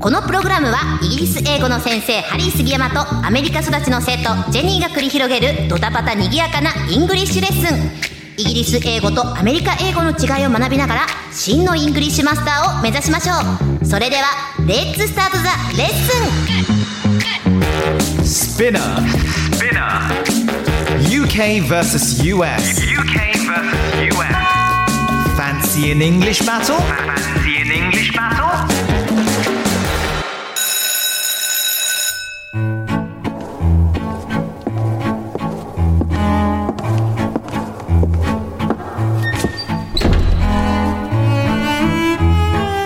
このプログラムはイギリス英語の先生ハリー杉山とアメリカ育ちの生徒ジェニーが繰り広げるドタパタにぎやかなイングリッシュレッスンイギリス英語とアメリカ英語の違いを学びながら真のイングリッシュマスターを目指しましょうそれではレッツスタートザレッスン Spinner. UK versus US. UK versus US. Fancy an English battle? Fancy an English battle?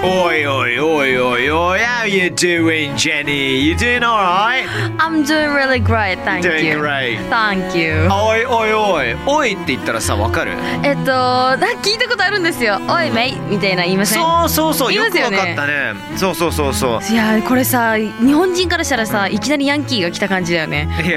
Oi, oi, oi, oi, oi. How you doing, Jenny? You doing all right? I'm doing really great, thank Doing you. great. Thank you. おいおいおいおいって言ったらさわかるえっと、なんか聞いたことあるんですよ。おい、めいみたいな言いません。そうそうそう言いよまくすわよねかったねそうそうそうそういやーこれさ日本人からしたらさいきなりヤンキーが来た感じだよねおいおいおいおいおい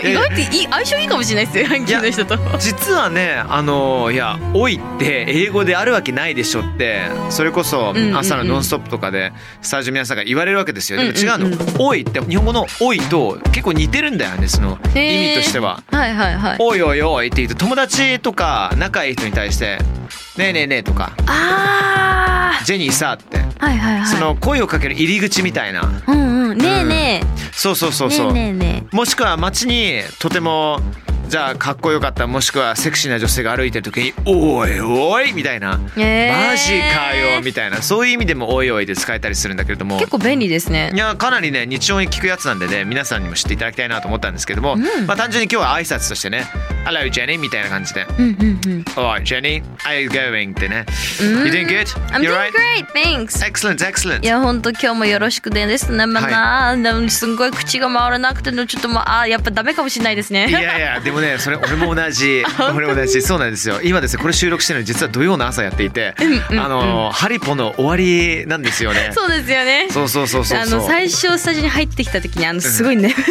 意外っていい相性いいかもしれないですよヤンキーの人と実はねあのいや「おい」って英語であるわけないでしょってそれこそんうんうん朝の「ノンストップ!」とかでスタジオの皆さんが言われるわけですよでも違うの「うんうんおい」って日本語の「おい」と結構似てるんだよねその意味としては。はいはいはいおいおいおいって言うと友達とか仲いい人に対して「ねえねえねえ」とかあ「ジェニーさ」ってーはいはいはいその声をかける入り口みたいなうんうんねえねそうそうそえうそう。ねえねえねもしくは街にとてもじゃあかっこよかったもしくはセクシーな女性が歩いてる時に「おいおい」みたいな「ええーマジかよ」みたいなそういう意味でも「おいおい」で使えたりするんだけれども結構便利ですねいやかなりね日常に聞くやつなんでね皆さんにも知っていただきたいなと思ったんですけども、うんまあ単純に今日は挨拶としてね「Hello Jenny」みたいな感じでうんうんうん「Alright Jenny how you going?」ってね「ん You doing good? I'm You doing right? great thanks Excellent excellent い」 やほんと今日もよろしくでですねまあ、まあすんごい口が回らなくてのちょっとまああーやっぱダメかもしれないですねいやいやでもねそれ俺も同 じ俺も同じそうなんですよ今ですねこれ収録してるの実は土曜の朝やっていて、あのハリポの終わりなんですよねそうですよねそうそうそうそうあそうの最初スタジオに入ってきた時にあのすごい眠そう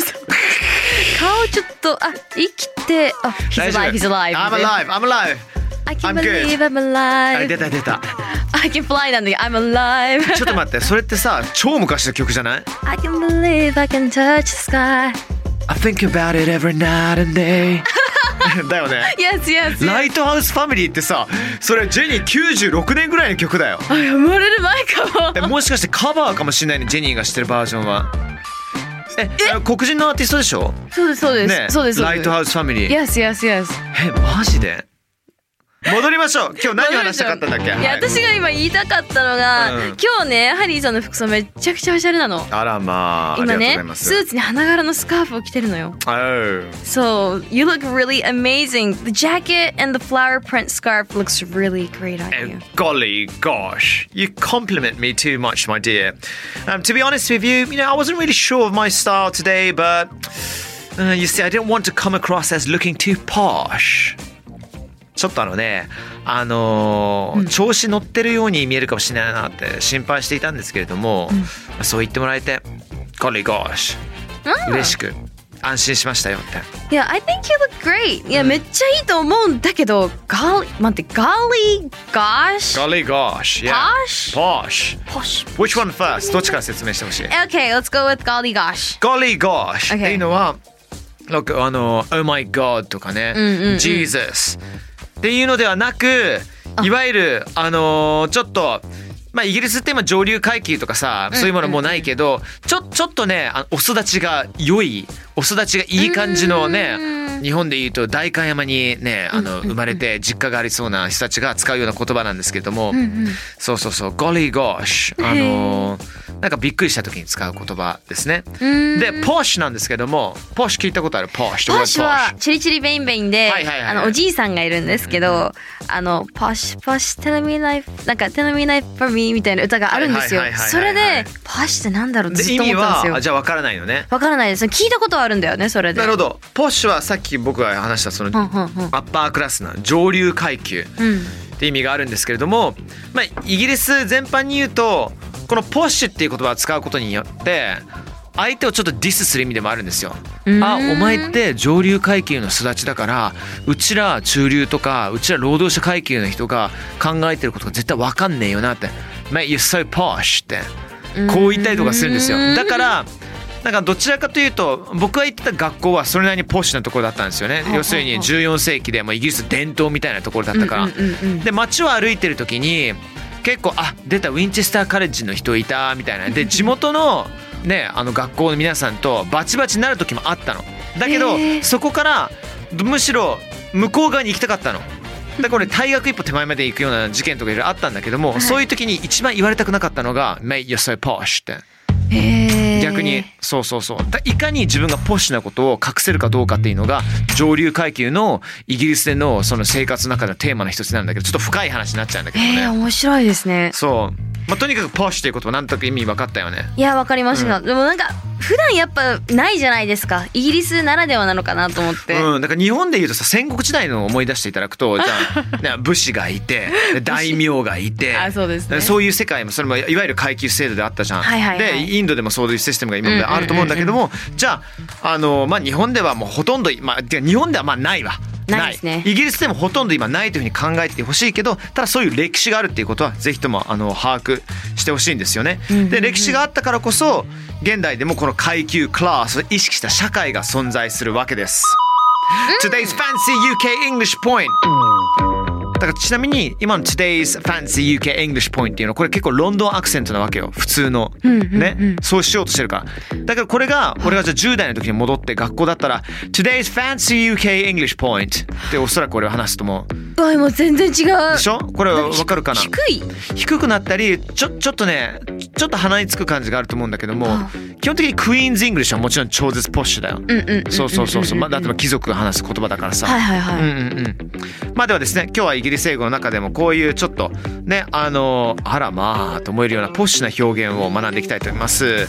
顔ちょっとあ生きてあ He's 大丈夫 alive He's alive I'm alive I'm alive I can I'm good believe I'm あ出 alive た出た I can fly なんだけど I'm alive ちょっと待ってそれってさ超昔の曲じゃない I can believe I can touch the sky I think about it every night and day だよね Yes yes, yes ライトハウスファミリーってさそれジェニー96年ぐらいの曲だよあ 生まれる前かもえもしかしてカバーかもしれないねジェニーが知ってるバージョンはええ黒人のアーティストでしょそうですそうです、ねそうですライトハウウスファミリー Yes yes yes えマジで戻りましょう今日何を話したかったんだっけいやはい私が今言いたかったのが、うん今日ねハリーさんの服装めっちゃくちゃおしゃれなのあらまあありがと今うございねますスーツに花柄のスカーフを着てるのよおう So you look really amazing. The jacket and the flower print scarf looks really great on Oh, you. golly gosh, you compliment me too much, my dear. Um, to be honest with you, you know, I wasn't really sure of my style today, but uh, you see, I didn't want to come across as looking too posh. ちょっとあのね、あのー調子乗ってるように見えるかもしれないなって心配していたんですけれども、そう言ってもらえて、golly gosh、嬉しく安心しましたよって。 Yeah, I think you look great. いや、めっちゃいいと思うんだけど、golly 待って、golly gosh. golly gosh, yeah, Posh? posh. Which one first? どっちから説明してほしい？ Okay, let's go with golly gosh. Golly gosh! Okay. っていうのは、like, あの、Oh my god! とかね、んうんうん Jesus! っていうのではなく、いわゆる、あのーちょっと、まあ、イギリスって今上流階級とかさそういうものもうないけど、ちょちょっとねあのお育ちが良いお育ちがいい感じのね日本で言うと代官山にねあの生まれて実家がありそうな人たちが使うような言葉なんですけども、そうそうそう「ゴリゴッシュ」あのーなんかびっくりした時に使う言葉ですね。うんで、ポッシュなんですけども、ポッシュ聞いたことあるポッシュ。パッシュはチリチリベインベインで、はいはいはいはいあのおじいさんがいるんですけど、あのパッシュパッシュテレミナイフなんかテレミナイフパミーみたいな歌があるんですよはいはいはいはいはい。それでパッシュってなんだろうってずでっ意と思味ったんですは、よあ。じゃあわからないのね。わからないです。聞いたことはあるんだよねそれで。なるほど。ポッシュはさっき僕が話したそのうんアうんうんッパークラスな上流階級うんって意味があるんですけれども、まあ、イギリス全般に言うと、このポッシュっていう言葉を使うことによって、相手をちょっとディスする意味でもあるんですよ。うんあお前って上流階級の育ちだからうちら中流とかうちら労働者階級の人が考えてることが絶対わかんねえよなって「Mate, you're so posh」ってこう言ったりとかするんですようんだからなんかどちらかというと僕が行ってた学校はそれなりにポッシュなところだったんですよねほう要するに14世紀でもうイギリス伝統みたいなところだったから、うんうんうんうんで街を歩いてる時に結構あ出たウィンチェスターカレッジの人いたみたいなで地元の,、ね、あの学校の皆さんとバチバチになる時もあったのだけど、へーそこからむしろ向こう側に行きたかったのだから俺大学一歩手前まで行くような事件とかいろいろあったんだけども、そういう時に一番言われたくなかったのが「Mate, you're so posh」ってへー逆にそうそうそうだいかに自分がポッシュなことを隠せるかどうかっていうのが上流階級のイギリスでのその生活の中のテーマの一つなんだけどちょっと深い話になっちゃうんだけどへえね面白いですね。そう、まあ、とにかくポッシュということはなんとなく意味分かったよねいやわかりました、でもなんか普段やっぱないじゃないですかイギリスならではなのかなと思って、うん、だから日本でいうとさ戦国時代のを思い出していただくとじ ゃあね武士がいてで大名がいてあそうですねそういう世界もそれもいわゆる階級制度であったじゃん、はいはいはいでインドでもそういうシステムが今まであると思うんだけども、じゃああの、まあ、日本ではもうほとんど、まあ、てか日本ではまあないわ。ないですねイギリスでもほとんど今ないというふうに考えてほしいけどただそういう歴史があるっていうことはぜひともあの把握してほしいんですよね。で歴史があったからこそ現代でもこの階級クラスを意識した社会が存在するわけです。Today's Fancy UK English Point だからちなみに今の Today's Fancy UK English Point っていうのはこれ結構ロンドンアクセントなわけよ普通の、ねそうしようとしてるからだからこれが俺がじゃあ10代の時に戻って学校だったら Today's Fancy UK English Point っておそらく俺は話すと思ううわ今全然違うでしょこれわかるかな低い低くなったりちょちょっとねちょっと鼻につく感じがあると思うんだけども基本的にクイーンズ・イングリッシュはもちろん超絶ポッシュだよ、うんうんうんうんそうそうそうそうまあだって貴族が話す言葉だからさ、はいはいはい、うんうんうんまあではですね今日はイギリス英語の中でもこういうちょっとねあのあらまあと思えるようなポッシュな表現を学んでいきたいと思います、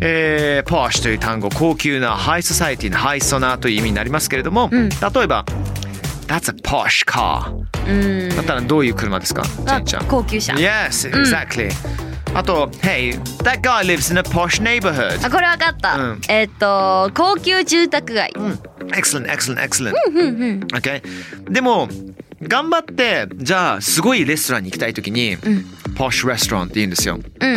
えーポッシュという単語高級なハイソサイティのハイソナーという意味になりますけれども、例えば That's a posh car うんだったらどういう車ですかジェンちゃんあ高級車 Yes exactly、あと Hey that guy lives in a posh neighborhood あこれわかった、うんえーっと高級住宅街、 excellent excellent excellent okay でも頑張ってじゃあすごいレストランに行きたい時に、posh restaurant って言うんですようんうんうんうん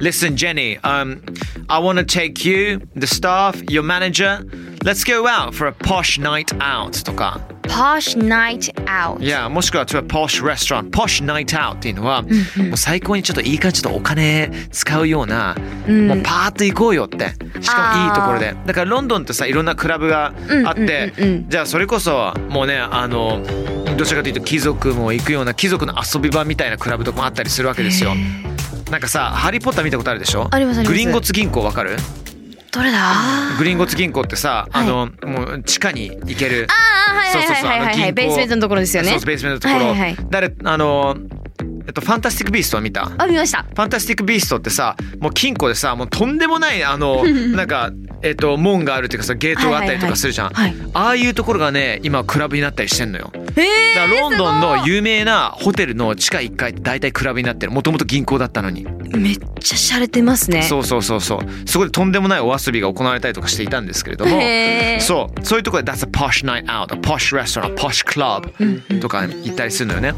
Listen Jenny um, I want to take you the staff your manager let's go out for a posh night out とか Posh night out いやもしくは to a posh restaurant posh night out っていうのは、もう最高にちょっといい感じちょっとお金使うような、もうパーッと行こうよってしかもいいところでだからロンドンってさいろんなクラブがあって、うんうんうんうじゃあそれこそもうねあのどちらかというと貴族も行くような貴族の遊び場みたいなクラブとかもあったりするわけですよ。なんかさ「ハリー・ポッター」見たことあるでしょありますありますグリンゴッツ銀行わかるどれだあグリンゴッツ銀行ってさ、あのもう地下に行けるあはいはいはいはいはい銀行はいベースメントのところですよねそうそうベースメントのところ、はいはいはい誰あのえっとファンタスティックビーストは見たあ見ましたファンタスティックビーストってさもう金庫でさもうとんでもないあの なんかえっと門があるっていうかさゲートがあったりとかするじゃん、はいはいはいああいうところがね今クラブになったりしてんのよえだからー、ロンドンの有名なホテルの地下1階って大体クラブになってるもともと銀行だったのにめっちゃ洒落てますねそうそうそうそうそこでとんでもないお遊びが行われたりとかしていたんですけれどもへーそうそういうところで「That's a posh night out」「posh restaurant」「posh club」とか行ったりするのよね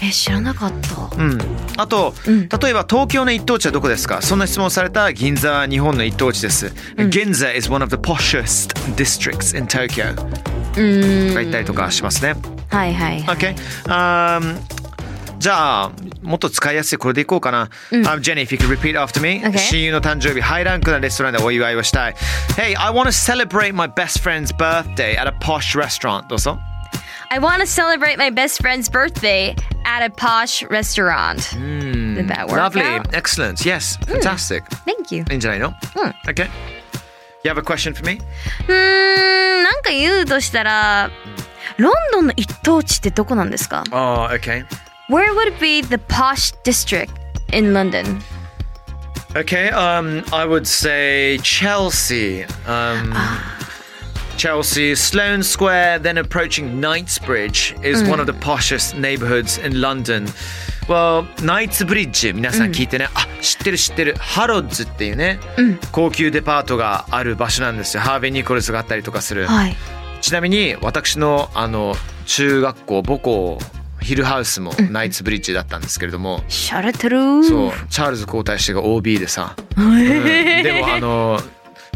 え知らなかったうんあと、ん例えば東京の一等地はどこですかそんな質問された銀座は日本の一等地です、銀座 is one of the poshest districts in Tokyo とうーんか言ったりとかしますね、はいはいはい Okay. Um, じゃあもっと使いやすいこれでいこうかな。Um, Jenny, if you could repeat after me. Okay. 親友の誕生日、ハイランクなレストランでお祝いをしたい。Hey, I want to celebrate my best friend's birthday at a posh restaurant. どうぞ。 I want to celebrate my best friend's birthday at a posh restaurant うん Did that work Lovely. out? Excellent. Yes. Fantastic. Thank you. いいんじゃないのうん。 Okay. You have a question for me? うーん、なんか言うとしたら、ロンドンの一等地ってどこなんですか Oh, okay. Where would be the posh district in London? Okay, um, I would say Chelsea. Um, Chelsea, Sloane Square, then approaching Knightsbridge is one of the poshest neighborhoods in London. Well, Knightsbridge, 皆さん聞いてね、あ、知ってる知ってる、ハロッズって Hmm. いうね、高級デパートがある場所なんですよ。ハーベイ・ニコルスがあったりとかする。はい。ちなみに私のあの中学校母校ヒルハウスもナイツブリッジだったんですけれども、しゃれてるそうチャールズ皇太子が OB でさ、うんでもあの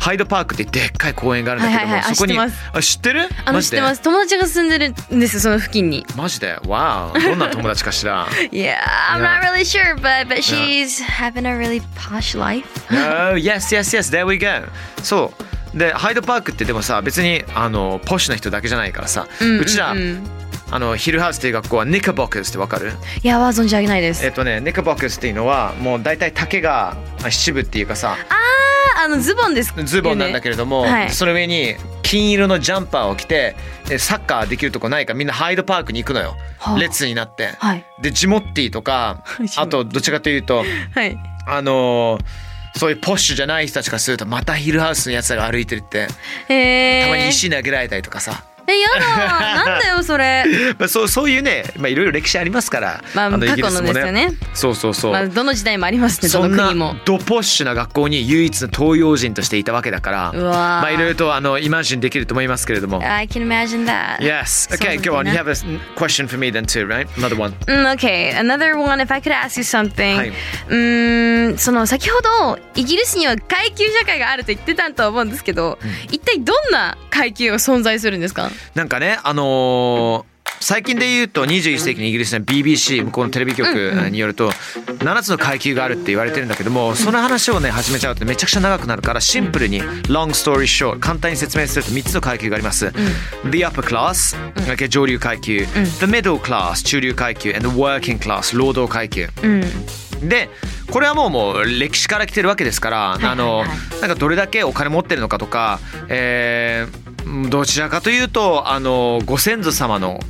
ハイドパークってでっかい公園があるんだけども、はいはいはいあそこに知ってますあ知ってるあの知ってますす友達が住んでるんですよその付近にマジでわあどんな友達かし ら Yeah I'm Yeah. not really sure but but she's having a really posh life Oh yes yes yes there we go そうでハイドパークってでもさ別にあのポッシュな人だけじゃないからさ、うちら、んんあのヒルハウスっていう学校はニカボックスってわかるいや存じ上げないでえすっとね、ネカボックスっていうのはもう大体丈があ七分っていうかさああのズボンですズボンなんだけれども、よねはいその上に金色のジャンパーを着てえサッカーできるとこないかみんなハイドパークに行くのよ、はあ列になって、はいでジモッティとか ジモあとどっちかというとはいあのーそういうポッシュじゃない人たちからするとまたヒルハウスのやつらが歩いてるってえー、たまに石投げられたりとかさ、えやだなんだよそれまあ、そうそういうねまあいろいろ歴史ありますから、まあの過去のですよねそうそう そう、まあどの時代もありますねどそんのな国もドポッシュな学校に唯一の東洋人としていたわけだからうわーまあいろいろとあのイマジンできると思いますけれども I can imagine that Yes. So Okay, go on. You something have a s- question for me then too, right? Another one. Mm, okay, another one. If I could ask you something. はいうーん、その先ほどイギリスには階級社会があると言ってたとは思うんですけど、一体どんな階級が存在するんですか？なんかね、あのー最近で言うと21世紀のイギリスの BBC 向こうのテレビ局によると7つの階級があるって言われてるんだけどもその話をね始めちゃうとめちゃくちゃ長くなるからシンプルに long story short 簡単に説明すると3つの階級があります The upper class、okay 上流階級 The middle class 中流階級 and the working class 労働階級でこれはもうもう歴史から来てるわけですから、あのなんかどれだけお金持ってるのかとか、えーどちらかというとあのご先祖様の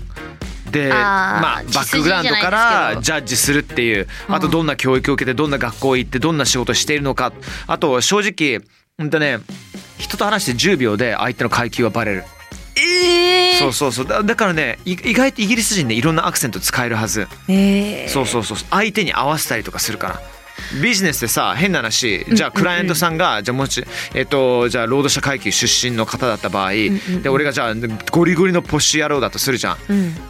であーまあ、バ血ック筋グじラゃウンドかないですけらどジャッジするっていうあとどんな教育を受けてどんな学校行ってどんな仕事しているのかあと正直うんとね人と話して10秒で相手の階級はバレる、えそうそうそうだだからねい意外とイギリス人ねいろんなアクセント使えるはず。えそうそうそう相手に合わせたりとかするからビジネスでさ変な話じゃあクライアントさんがじゃあもしえっとじゃあ労働者階級出身の方だった場合で俺がじゃあゴリゴリのポッシュ野郎だとするじゃん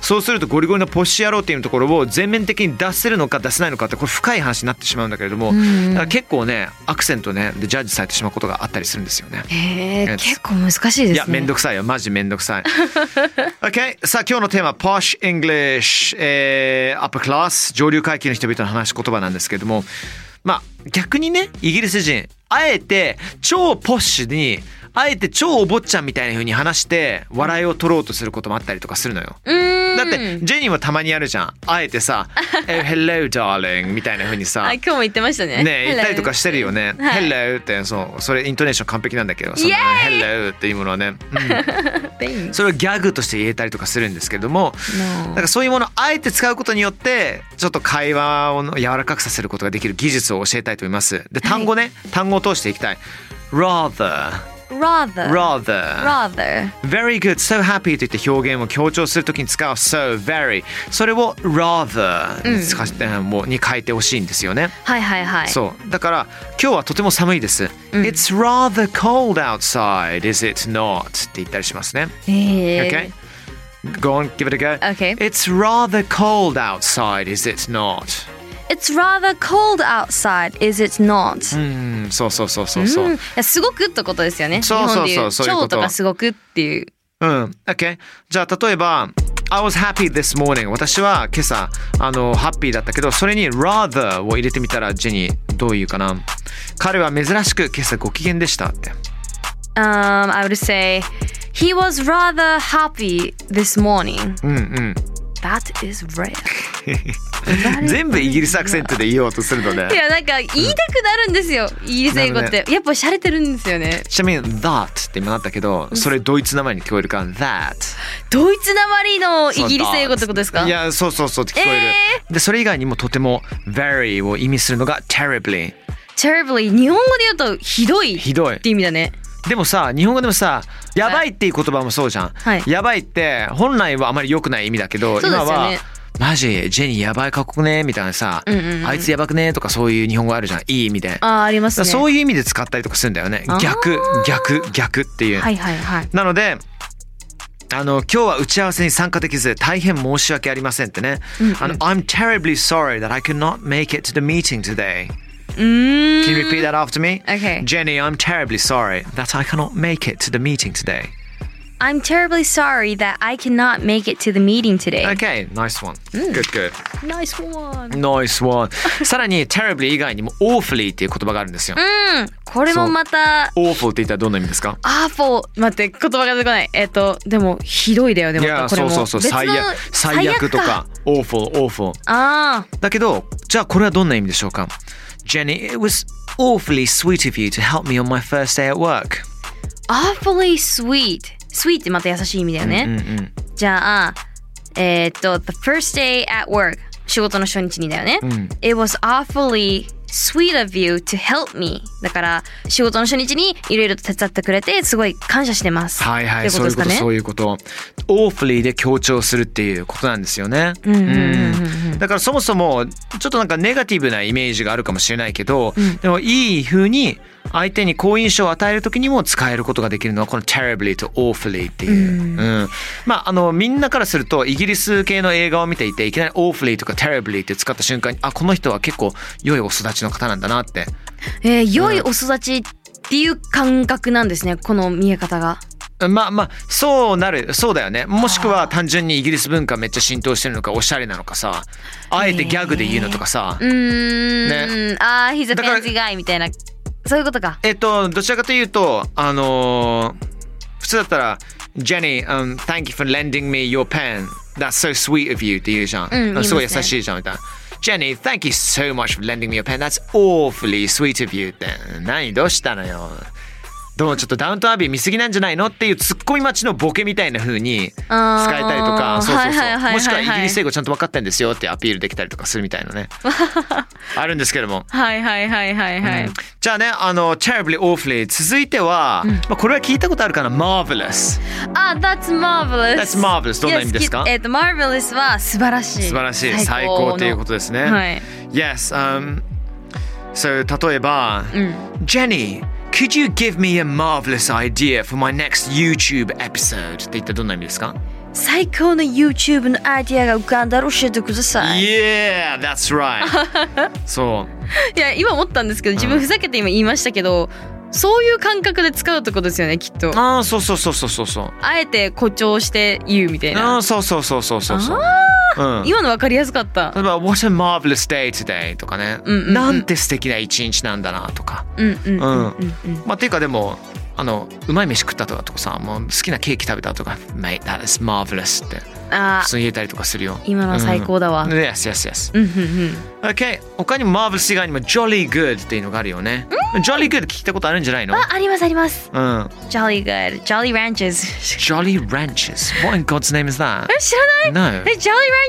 そうするとゴリゴリのポッシュ野郎っていうところを全面的に出せるのか出せないのかってこれ深い話になってしまうんだけれどもだから結構ねアクセントねでジャッジされてしまうことがあったりするんですよね。えやー、つ結構難しいですね。いや、めんどくさいよ。マジめんどく さい。OK。さあ、今日のテーマ、Posh English、えー、Upper Class、上流階級の人々の話し言葉なんですけれども、まあ、逆にね、イギリス人、あえて超ポッシュに、あえて超お坊ちゃんみたいな風に話して、笑いを取ろうとすることもあったりとかするのよ。うーん。だって、ジェニーはたまにやるじゃん。あえて さ、え Hello, darling みたいな風にさあ、、今日も言ってましたね。ね、言ったりとかししてるよね。はい Hello ってそうそれイントネーション完璧なんだけど、そのイエー Hello っていうものはね、うんそれをギャグとして言えたりとかするんですけれども、なんかそういうものをあえて使うことによってちょっと会話を柔らかくさせることができる技術を教えたいと思います。で単語ね、単語を通していきたい。Rather, rather rather, rather Very good, so happy といって表現を強調するときに使う so very それを rather に使って、もうに変えてほしいんですよね。はいはいはい。そうだから今日はとても寒いです、It's rather cold outside, is it not? って言ったりしますね、え Okay? Go on, give it a go Okay. It's rather cold outside, is it not? It's rather cold outside, is it not? うんそうそうそうそうそう、うんいやすごくってことですよね。そうそうそう日本でいうそういうこと超とかすごくっていう。うん。OK。じゃあ、例えば、I was happy this morning. 私は今朝、あの、ハッピーだったけど、それに rather を入れてみたら、ジェニー、どう言うかな彼は珍しく今朝ご機嫌でしたって。 Um, I would say he was rather happy this morning. うんうん。 That is rare. 全部イギリスアクセントで言おうとするのいね。やなんか言いたくなるんですよイギリス英語っなるて、やっぱ洒落てるんですよねちなみに that って今なったけど、それドイツ名前に聞こえるから that。ドイツなまりのイギリス英語ってことですかいやそうそうそうって聞こえる、でそれ以外にもとても very を意味するのが terribly terribly 日本語で言うとひどいひどいって意味だねでもさ日本語でもさ「やばい」っていう言葉もそうじゃん、はいやばいって本来はあまり良くない意味だけど、そうで今すよねは「マジジェニーやばい過酷ね」みたいなさ、うんうんうんあいつやばくね」とかそういう日本語あるじゃんいい意味でだかあーありますらねそういういう意味で使ったりとかするんだよねあー逆逆逆っていう、はいはいはいなのであの今日は打ち合わせに参加できず大変申し訳ありませんってね。あの I'm terribly sorry that I could not make it to the meeting today. うーん Can you repeat that after me? Okay. Jenny, I'm terribly sorry that I cannot make it to the meeting today. I'm terribly sorry that I cannot make it to the meeting today Okay, nice one. Good, good. nice one Nice one. さらに terribly 以外にも awfully っていう言葉があるんですよ。うんこれもまた awful って言ったらどんな意味ですかアーフォー待って言葉が出てこないえっ、とでもひどいだよねいまやたこれそもうそうそう別の最悪最悪とか awful awful あだけど、じゃあこれはどんな意味でしょうか ?Jenny, it was awfully sweet of you to help me on my first day at work. あ awfully sweet sweet ってまた優しい意味だよね、うんうん。じゃあえっ、と the first day at work 仕事の初日にだよね、it was awfully sweet of you to help me だから仕事の初日にいろいろと手伝ってくれてすごい感謝してますはいはい、ってそうこいとうこですかと、ねそういうこと。awfully で強調するっていうことなんですよね。うんだからそもそも、ちょっとなんかネガティブなイメージがあるかもしれないけど、でもいい風に相手に好印象を与える時にも使えることができるのはこの terribly と awfully っていう。うんまあ、あの、みんなからするとイギリス系の映画を見ていて、いきなり awfully とか terribly って使った瞬間に、あ、この人は結構良いお育ちの方なんだなってえー良いお育ちっていう感覚なんですねこの見え方がまあまあそうなるそうだよねもしくは単純にイギリス文化めっちゃ浸透してるのかおしゃれなのかさあえてギャグで言うのとかさ、うーん、ああ he's a だから fancy guy みたいなそういうことかえっとどちらかというとあのー普通だったら「Jenny、um, thank you for lending me your pen that's so sweet of you」って言うじゃん、言いますねすごい優しいじゃんみたいな。Jenny, thank you so much for lending me your pen. That's awfully sweet of you. って何どうしたのよ。どうもちょっとダウントアビー見すぎなんじゃないのっていうツッコミ待ちのボケみたいな風にあー使えたりとかそうそうはいはいはいはいそはうもしいくはイギリス英語ちゃんと分かってんですよってアピールできたりとかするみたいな ねあるんですけども、はいはいはいはいはい、うんじゃあねあの terribly awfully 続いては、まあ、これは聞いたことあるかな marvelous あ、That's marvelous。 That's marvelous どんな意味ですか Yes, えっ、と、marvelous は素晴らしい。素晴らしい最高ということでですね、はい。 Yes um so 例えば、Jenny Could you give me a marvelous idea for my next YouTube episode? って言ったらどんな意味ですか最高の YouTube のアイディアが浮かんだら教えてください。 Yeah, that's right. そう。いや、今思ったんですけど、自分ふざけて今言いましたけど、そういう感覚で使うってことですよね、きっと。ああ、そうそうそうそうそうそう。あえて誇張して言うみたあいな。あ、そうそうそうそうそうそう。うん。今の分かりやすかった例。えば、What a marvelous day today とかね。うんうんうんなんて素敵な一日なんだなとか。うんうんうんうんうん。まあ、ていうかでも、あの、うまい飯食ったとかとかさ、もう好きなケーキ食べたとか、Mate, that is marvelous って、あ普通に言えたりとかするよ。今のは最高だわうん yes, yes, yes. うんうんうん。 OK。他にも marvelous 以外にも jolly good っていうのがあるよね。jolly good 聞いたことあるんじゃないのあ、ありますあります。うん。 Jolly good. Jolly ranches. Jolly Ranches. What in God's name is that? え、知らない No. え、Jolly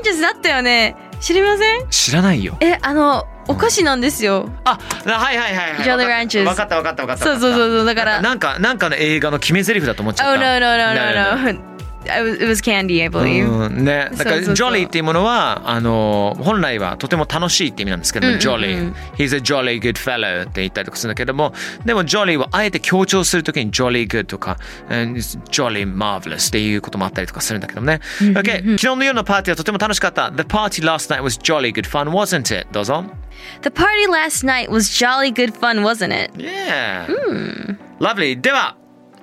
ranches だったよね。知りません知らないよ。えあのお菓子なんですよ、あ、なはいはいはいはい。 Jolly Ranchers わかったわかったわかったそうわかった。そうそうそうだからなんかなんかの映画の決め台詞だと思っち Oh ゃ no った。 no no no no I was, it was candy I believe、うんね、だからそうそうそう Jolly っていうものはあの本来はとても楽しいって意味なんですけども、うんうんうん Jolly He's a jolly good fellow って言ったりとかするんだけどもでも Jolly はあえて強調するときに Jolly good とか and it's Jolly marvelous っていうこともあったりとかするんだけどもね OK 昨日の夜のパーティーはとても楽しかった The party last night was jolly good fun wasn't it どうぞ The party last night was jolly good fun wasn't it Yeah、Lovely では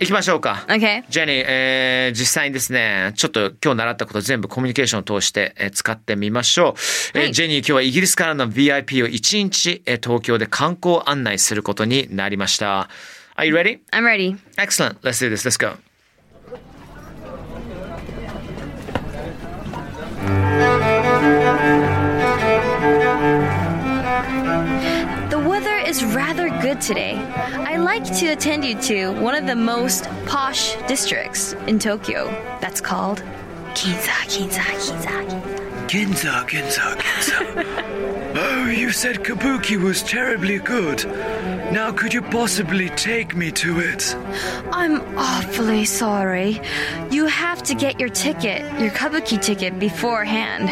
行きましょうか Okay ジェニー、えー実際にですね、ちょっと今日習ったこと全部コミュニケーションを通して、えー使ってみましょう、えーはいジェニー、今日はイギリスからの VIP を1日、えー東京で観光案内することになりました。Are you ready? I'm ready Excellent. Let's do this. Let's go. is rather good today. I like to attend you to one of the most posh districts in Tokyo. That's called Ginza, Ginza, Ginza. Ginza. Ginza, Ginza, Ginza. oh, you said Kabuki was terribly good. Now, could you possibly take me to it? I'm awfully sorry. You have to get your ticket, your kabuki ticket, beforehand.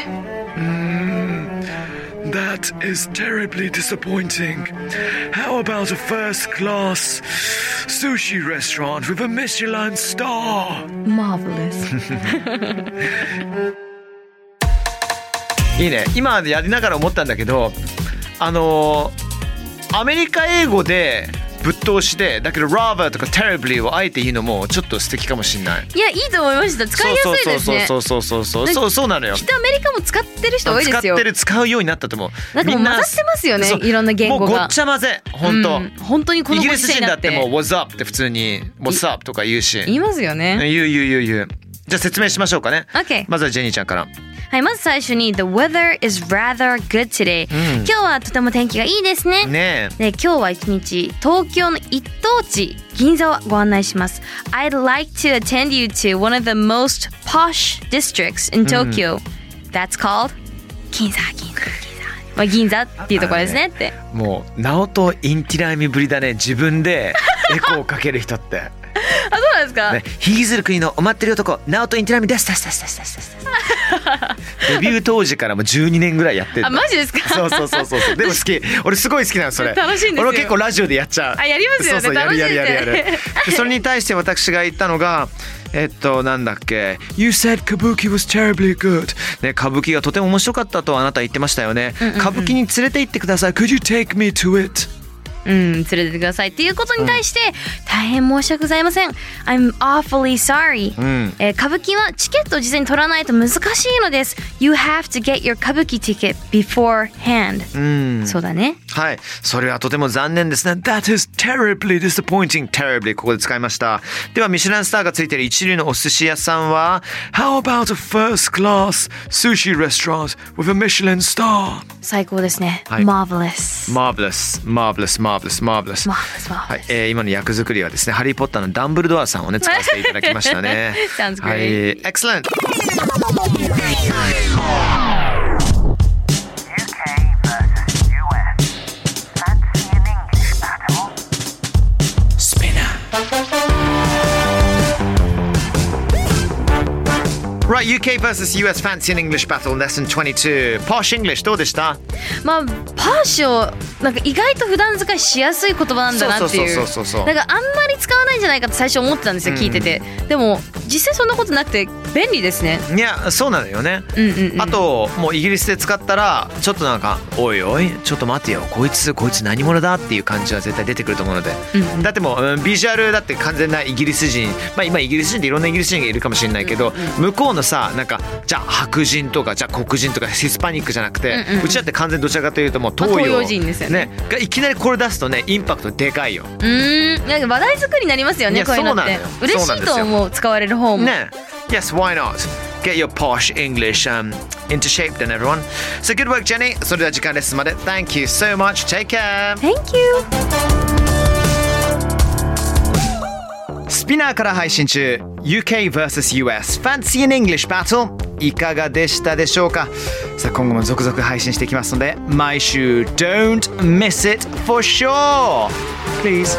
That is terribly disappointing. How about a first class sushi restaurant with a Michelin star? Marvelous. いいね今やりながら思ったんだけどあのーアメリカ英語でぶっ通しでだけど rather とか terribly をあえて言うのもちょっと素敵かもしんないいや、いいと思いました。使いやすいですね。そうそうそうそうそうそうそうそうなのよきっとアメリカも使ってる人多いです使よ。ってる使うようになったと思うなんかもう混ざってますよねそういろんな言語がもうごっちゃ混ぜ本当、うん本当にこイのギごリ時ス世人にだなっっててもう What's up って普通に What's up とか言うし言いますよね。言う言う言う言うじゃあ説明しましょうかね OK まずはジェニーちゃんからはい、まず最初に The weather is rather good today、ん今日はとても天気がいいですね。ねで今日は一日東京の一等地銀座をご案内します I'd like to attend you to one of the most posh districts in Tokyo、That's called 銀座銀座銀座まあ銀座っていうところですねってえもうナオトインティライミぶりだね自分でエコーをかける人って あそうなんですか、ね、ヒギズル国のお待ってる男ナオトインティライミですですですですです ですですデビュー当時からもう12年ぐらいやってるあマジですかそうそうそうそうそうでも好き俺すごい好きなのそれ楽しいんです俺よは結構ラジオでやっちゃうあやりますよねそうそうや楽しるいやるやるやるですねでそれに対して私が言ったのがえっとなんだっけ「You said Kabuki was terribly good」ね歌舞伎がとても面白かったとあなた言ってましたよね、歌舞伎に連れて行ってください「Could you take me to it?」うん、連れてってくださいっていうことに対して、大変申し訳ございません。I'm awfully sorry、んえー歌舞伎はチケットを事前に取らないと難しいのです。You have to get your 歌舞伎 ticket beforehand、うんそうだね。はい。それはとても残念ですね。That is terribly disappointing. terribly ここで使いました。では、ミシュランスターがついている一流のお寿司屋さんは、How about a first class sushi restaurant with a Michelin star? 最高ですね。はい Marvelous。 Marvelous, marvelous, marvelous, marvelous. Marvelous, はい marvelous.。えー今の役作りはですね、ハリー・ポッターのダンブルドアさんをね、使わせていただきましたね Sounds great. はい、excellent! UK versus US. Fancy an English battle? Right, UK vs. US Fancy and English Battle Lesson 22. Posh English どうでしたまあ、パーシをなんか意外と普段使いしやすい言葉なんだなっていう。そうそうそうそうそうなんかあんまり使わないんじゃないかって最初思ってたんですよ、聞いてて。でも実際そんなことなくて便利ですね。いやそうなのよね、うんうんうんあともうイギリスで使ったらちょっとなんか「おいおいちょっと待てよこいつこいつ何者だ?」っていう感じは絶対出てくると思うので、うんうんだってもう、うんビジュアルだって完全なイギリス人まあ今イギリス人っていろんなイギリス人がいるかもしれないけど、向こうのさなんかじゃあ白人とかじゃあ黒人とかヒスパニックじゃなくて、ううんうんうんちだって完全どちらかというともう東洋,、まあ東洋人ですよねがいきなりこれ出すとねインパクトでかいよ。うーん、なんか話題作りになりますよいね、やこういうのっそうてなのよ。嬉しいと思う、使われる方も。 No. Yes, why not? Get your posh English um, into shape then, everyone. So good work, Jenny. それでは時間ですまで。Thank you so much. Take care. Thank you! スピナーから配信中 UK vs.US Fancy in English Battle いかがでしたでしょうかさあ今後も続々配信していきますので毎週 Don't miss it for sure! Please!